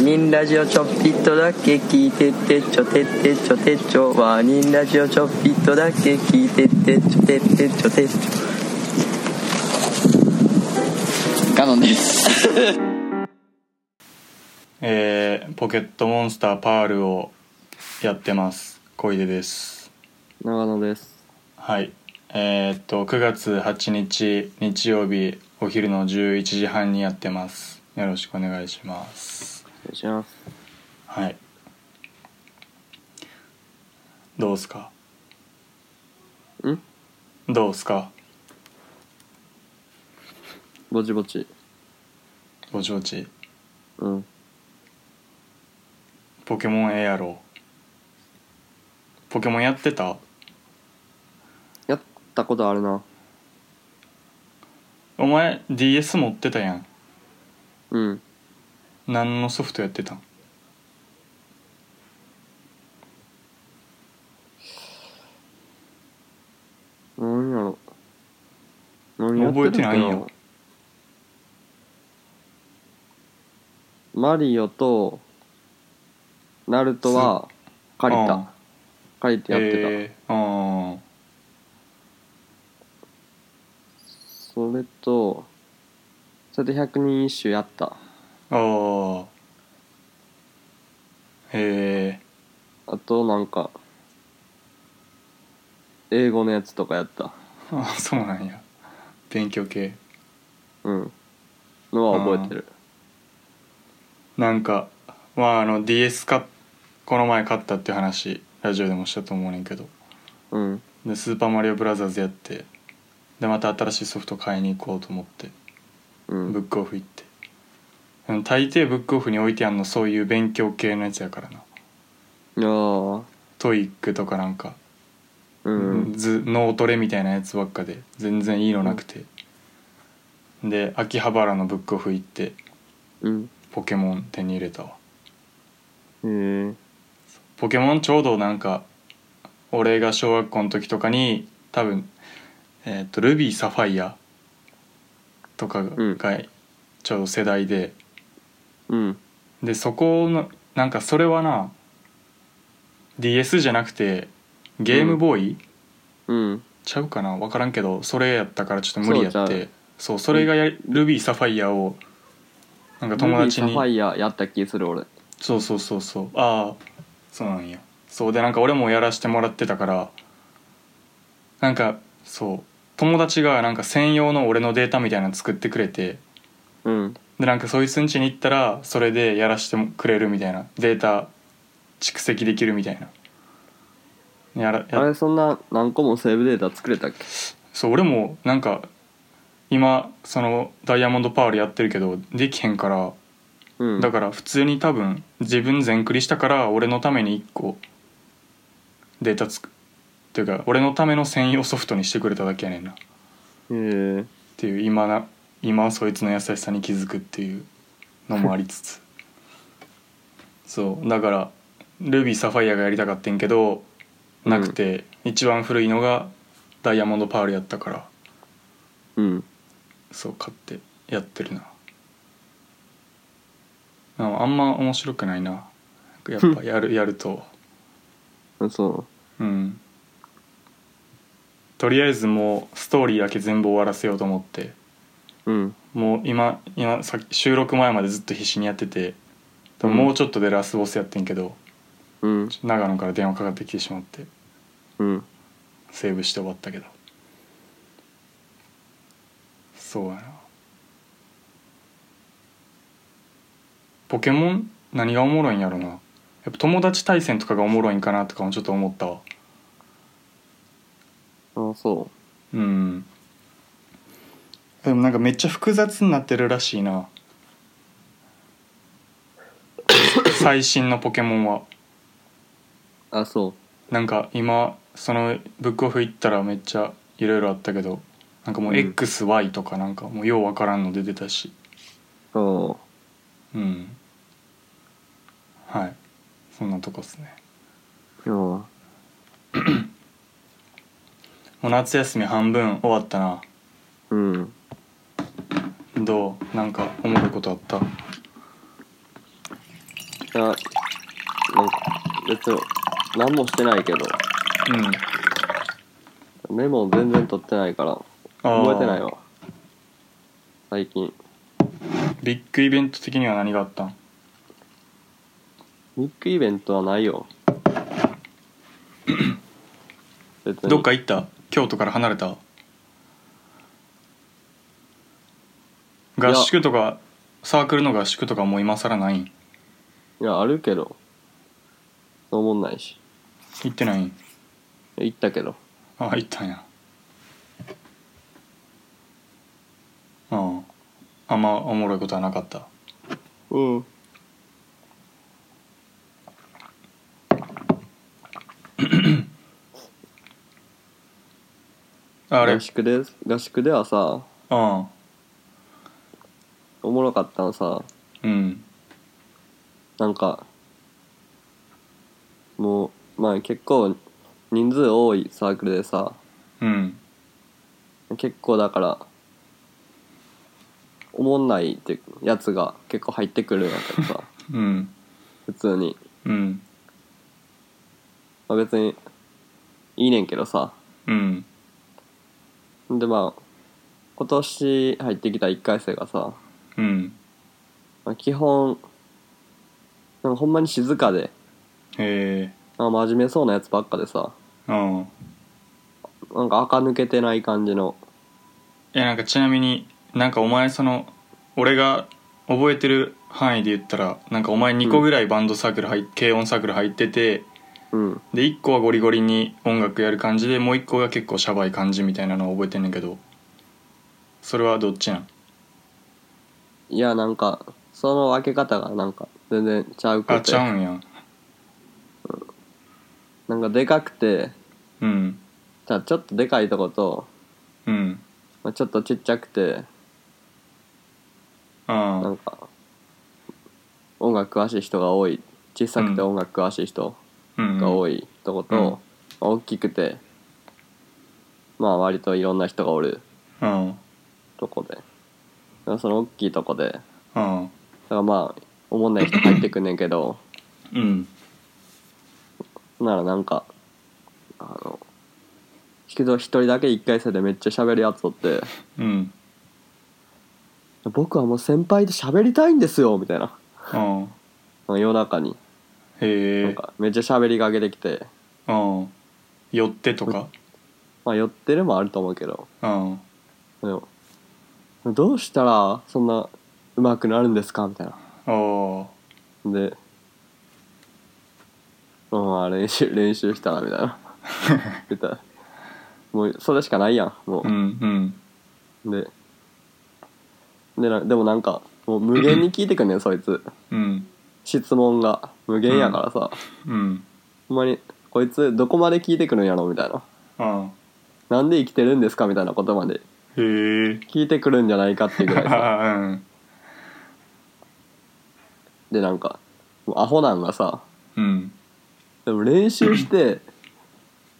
ニンラジオちょっぴっとだけ聞いてってちょてってちょてちょワニンラジオちょっぴっとだけ聞いてってちょてってちょてちょガノンですえーポケットモンスターパールをやってます小出です長野ですはいえーっと9月8日日曜日お昼の11時半にやってますよろしくお願いしますお願いしますはいどうっすかんどうっすかぼちぼちぼちぼちうんポケモンええやろポケモンやってたやったことあるなお前 DS 持ってたやんうん何のソフトやってたん何やろ何やって覚るえっけてないよマリオとナルトは借りうんた借りてやってた、えーあーそれとそれで100人一首やったああへえあとなんか英語のやつとかやったあ そうなんや勉強系うんのは覚えてるなんかまああの DS かこの前買ったっていう話ラジオでもしたと思うねんけどうんで「スーパーマリオブラザーズ」やってでまた新しいソフト買いに行こうと思ってうブんックオフ行ってでも大抵ブックオフに置いてあんのそういう勉強系のやつやからないやートイックとかなんか、うんず脳トレみたいなやつばっかで全然いいのなくて、で秋葉原のブックオフ行ってうんポケモン手に入れたわへえポケモンちょうどなんか俺が小学校の時とかに多分、えー、とルビーサファイアとかうんがちょうど世代で、うんでそこのなんかそれはな DS じゃなくてゲームボーイ、うんちゃうかな分からんけどそれやったからちょっと無理やってそそううちゃうそれがやりルビーサファイアをなんか友達ルビーにサファイアやった気する俺そうそうそうそうああそうなんやそうでなんか俺もやらしてもらってたからなんかそう友達がなんか専用の俺のデータみたいなの作ってくれてうんでなんかそいつん家に行ったらそれでやらしてくれるみたいなデータ蓄積できるみたいなやらあやれそんな何個もセーブデータ作れたっけそう俺もなんか今そのダイヤモンドパールやってるけどできへんからうんだから普通に多分自分全クリしたから俺のために1個データつくっていうか俺のための専用ソフトにしてくれただけやねんなっへえていう今な今はそいつの優しさに気づくっていうのもありつ つそうだからルビーサファイアがやりたかってんけどなくて、一番古いのがダイヤモンドパールやったからうんそう買ってやってるなああんま面白くないなやっぱやるやるとそうんとりあえずもうストーリーだけ全部終わらせようと思ってううんもう今今さっき収録前までずっと必死にやっててうでもんもうちょっとでラスボスやってんけど、うんちょ長野から電話かかってきてしまってうんセーブして終わったけどそうやなポケモン何がおもろいんやろなやっぱ友達対戦とかがおもろいんかなとかもちょっと思ったわあそうんでもなんかめっちゃ複雑になってるらしいな最新のポケモンはうあそなんか今そのブックオフ行ったらめっちゃいろいろあったけどなんかもう XY とかなんかもうようわからんの出てたしうあうんはいそんなとこっすねあうんもう夏休み半分終わったなうんどうなんか思うことあったいやなんか別に何もしてないけどうんメモ全然取ってないからあー覚えてないわ最近ビッグイベント的には何があったんビッグイベントはない よ別にどっか行った京都から離れた合宿とかサークルの合宿とかもう今更ないんいやあるけどそう思んないし行ってないん行ったけどあ行ったんやあああんまおもろいことはなかったうんあれ合宿で合宿ではさあおもろかったのさあうんなんかもうまあ結構人数多いサークルでさうん結構だからおもんないってやつが結構入ってくるんやけど さうん普通に、うんまあ、別にいいねんけどさうんでまあ今年入ってきた1回生がさ、うんまあ、基本なんかほんまに静かで、へえまあ、真面目そうなやつばっかでさうんなんか垢抜けてない感じのいやなんかちなみになんかお前その俺が覚えてる範囲で言ったらなんかお前2個ぐらいバンドサークル入っ軽音サークル入っててうんで1個はゴリゴリに音楽やる感じでもう1個が結構シャバい感じみたいなのを覚えてんねんけどそれはどっちなんいやなんかその分け方がなんか全然ちゃうくあてちゃうんやなんかでかくてうんじゃあちょっとでかいとこと、うんまあ、ちょっとちっちゃくてなあんか音楽詳しい人が多い小さくてうん音楽詳しい人あうんが多いいとこと、うんまあ大きくてまあ割といろんな人がおるうんとこでだからその大きいとこでだかうんらまあおもんない人入ってくんねんけどうんならなんかあのけど一人だけ一回生でめっちゃ喋るやつおってうん「僕はもう先輩と喋りたいんですよ」みたいなあ夜中にへなんえかめっちゃ喋りかけてきて、うん寄ってとかまあ、寄ってるもあると思うけどうんでもどうしたらそんな上手くなるんですかみたいなああで「うんあ練習練習したら」みたいな言ったらもうそれしかないやんもうう、んうんででなでもなんかもう無限に聞いてくんねん そいつうん質問が無限やからさ、うんほんまにこいつどこまで聞いてくるんやろみたいなあなんで生きてるんですかみたいなことまであへえ聞いてくるんじゃないかっていうぐらいさああうんでなんかもうアホなんがさ うんでも練習して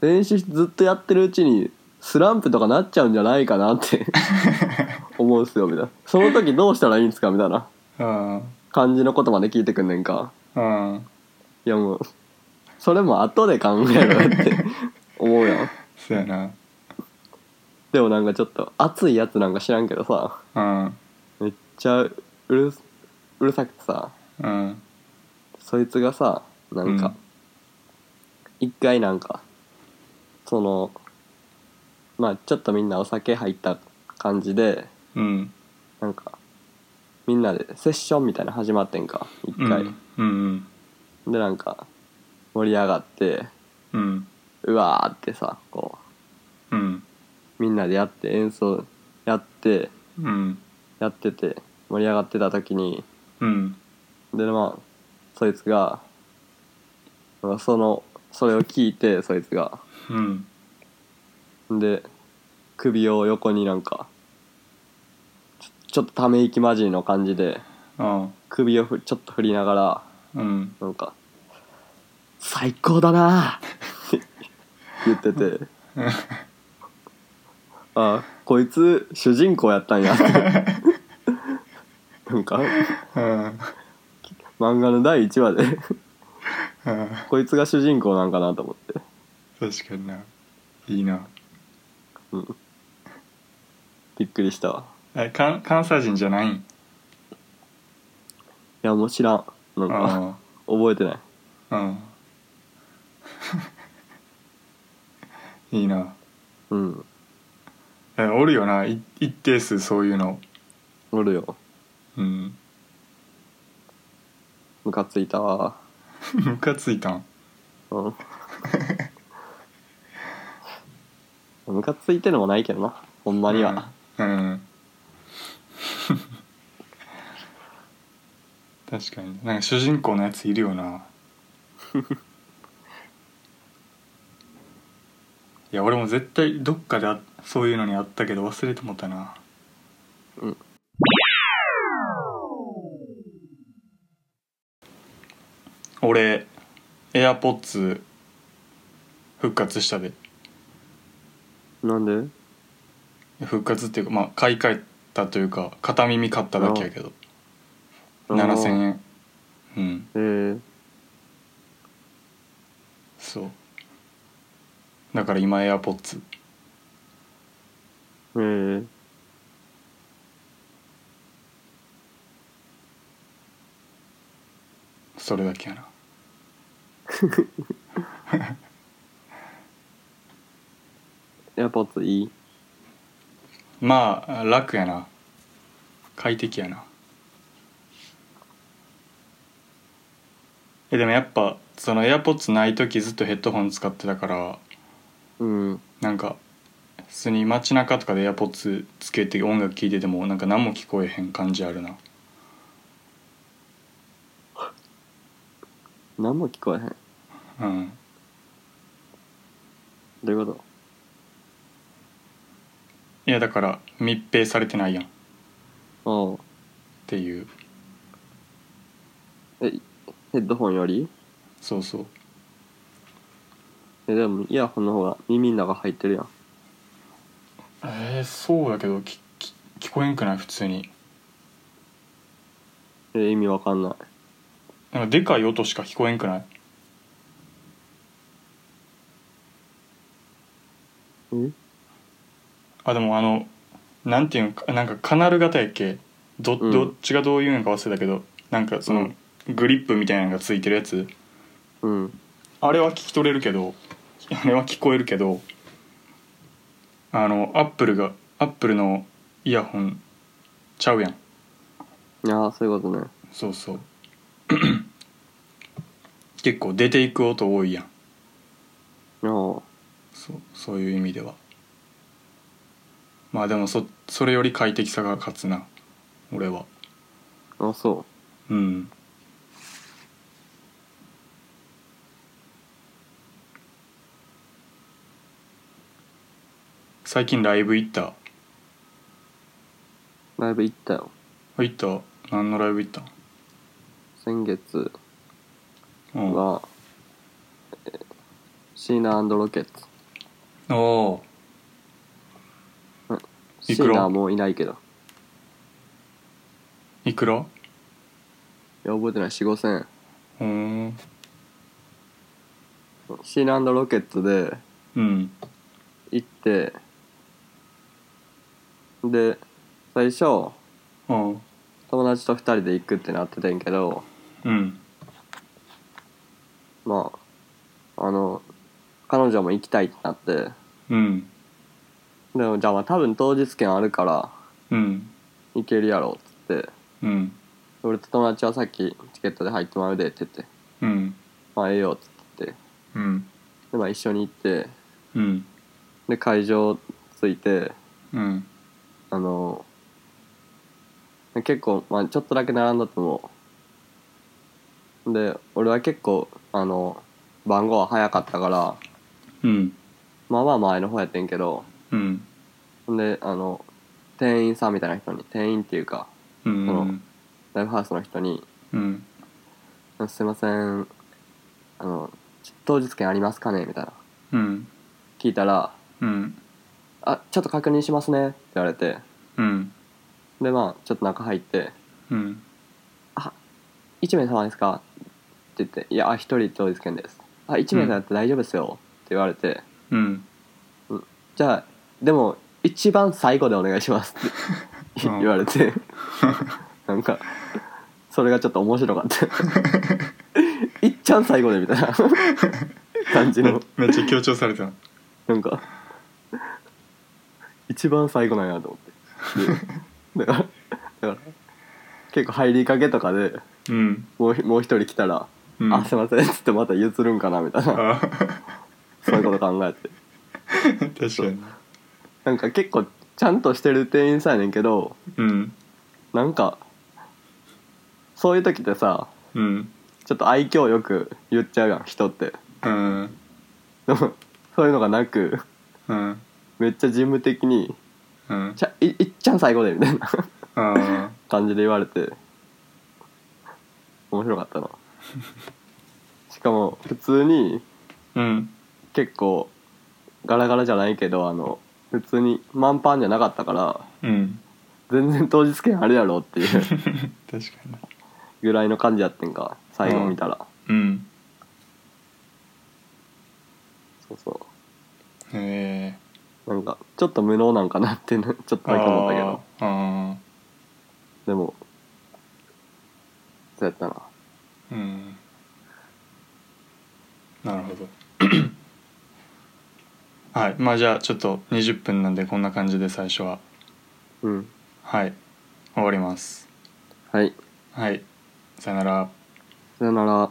練習してずっとやってるうちにスランプとかなっちゃうんじゃないかなって思うんすよみたいなその時どうしたらいいんですかみたいなあ感じのことまで聞いてくんねんかあああいやもうそれも後で考えろよって 思うやんそうやなでもなんかちょっと熱いやつなんか知らんけどさうんめっちゃうるうるさくてさうんそいつがさなんうかん一、回なんかそのまあちょっとみんなお酒入った感じでうんなんかみんなでセッションみたいなの始まってんか一うん回、うんでなんか盛り上がってうんうわーってさこうんうみんなでやって演奏やってうんやってて盛り上がってた時にうんでまあそいつがまあそのそれを聞いてそいつがうんで首を横になんかちょちょっとため息混じりの感じであ首をふちょっと振りながらあうんなんか「最高だなあ」って言っててあこいつ主人公やったんやってなんかうん漫画の第1話でうんこいつが主人公なんかなと思って確かにないいなびっくりしたわあれ関関西人じゃないんいやもう知らんなんかあ覚えてないあうんいいなうんえおるよない一定数そういうのおるようんムカついたわムカついたんうん ムカついてるのもないけどなほんまには、うん、確かになんか主人公のやついる よないや俺も絶対どっかであそういうのにあったけど忘れてもったなうん俺 AirPods 復活したでなんで復活っていうかまあ買い替えたというか片耳買っただけやけどあー7000円うんえー、そうだから今 AirPods えー、それだけやな AirPods いいまあ楽やな快適やなえでもやっぱその AirPods ない時ずっとヘッドホン使ってたからうんなんか普通に街中とかで AirPods つけて音楽聴いててもなんか何も聞こえへん感じあるな何も聞こえへんどうんういうこいやだから密閉されてないやんっとおうていうヘッドホンよりそうそうえでもイヤホンの方が耳の中入ってるやんえー、そうだけどきき聞こえんくない普通にえ意味わかんないなんかでかい音しか聞こえんくないえあでもあのなんていうんかなんかカナル型やっけど,、うんどっちがどういうんか忘れたけどなんかその、グリップみたいなのがついてるやつうんあれは聞き取れるけど あれは聞こえるけどあのアップルがアップルのイヤホンちゃうやんいやーそういうことねそうそう 結構出ていく音多いやんおうそうそういう意味ではまあでもそそれより快適さが勝つな俺はあそうん最近ライブ行ったうライブ行ったよあ行った何のライブ行った先月うんおは、えシーナロケッツおシいくらーナはもういないけどいいくらや覚えてない4 5千円うんシーナロケッツでうん行ってで最初うん友達と2人で行くってなっててんけどうんまああの彼女も行きたいってなってでうんもじゃあまあ多分当日券あるからうん行けるやろっつってうん俺と友達はさっきチケットで入ってもらうでって言ってうんまあええよっつってうんで、まあ、一緒に行ってうんで会場着いてうんあの結構、まあ、ちょっとだけ並んだと思うで俺は結構あの番号は早かったからうんまあまあ前の方やってんけどうんほんであの店員さんみたいな人に店員っていうかうんライブハウスの人にうん「すいませんあの当日券ありますかね?」みたいなうん聞いたらうん「あちょっと確認しますね」って言われてうんでまあちょっと中入ってうんあ1名様ですか?」って言って「いやあ一人当日券です」あ「1名様だって大丈夫ですよ」って言われてうん「じゃあでも一番最後でお願いします」ってうん言われてなんかそれがちょっと面白かったいっちゃん最後でみたいな感じのめっちゃ強調されてたなんか一番最後なんやと思ってでだからだから結構入りかけとかでうんもうひもう一人来たら「うんあすいません」っつってまた譲るんかなみたいなあ そういうこと考えて確かになんか結構ちゃんとしてる店員さんやねんけどうんなんかそういう時ってさうんちょっと愛嬌よく言っちゃうやん人って うんでもそういうのがなくうんめっちゃ事務的にうん「ちゃいいっちゃん最後で」みたいな あ感じで言われて面白かったなしかも普通にーうん結構ガラガラじゃないけどあの普通に満帆じゃなかったからうん全然当日券あるやろっていう 確かにぐらいの感じやってんか最後見たら、うんそうそへえうなんかちょっと無能なんかなっていうの ちょっとだけ思ったけどあーあでもそうやったなーうんなるほど はいまあじゃあちょっと20分なんでこんな感じで最初はうんはい終わりますはいはいさよならさよなら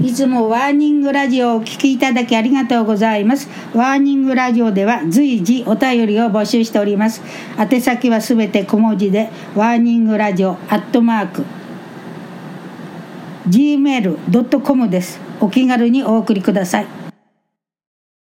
いつもワーニングラジオをお聞きいただきありがとうございます。ワーニングラジオでは随時お便りを募集しております。宛先はすべて小文字で、ワーニングラジオアットマーク、gmail.com です。お気軽にお送りください。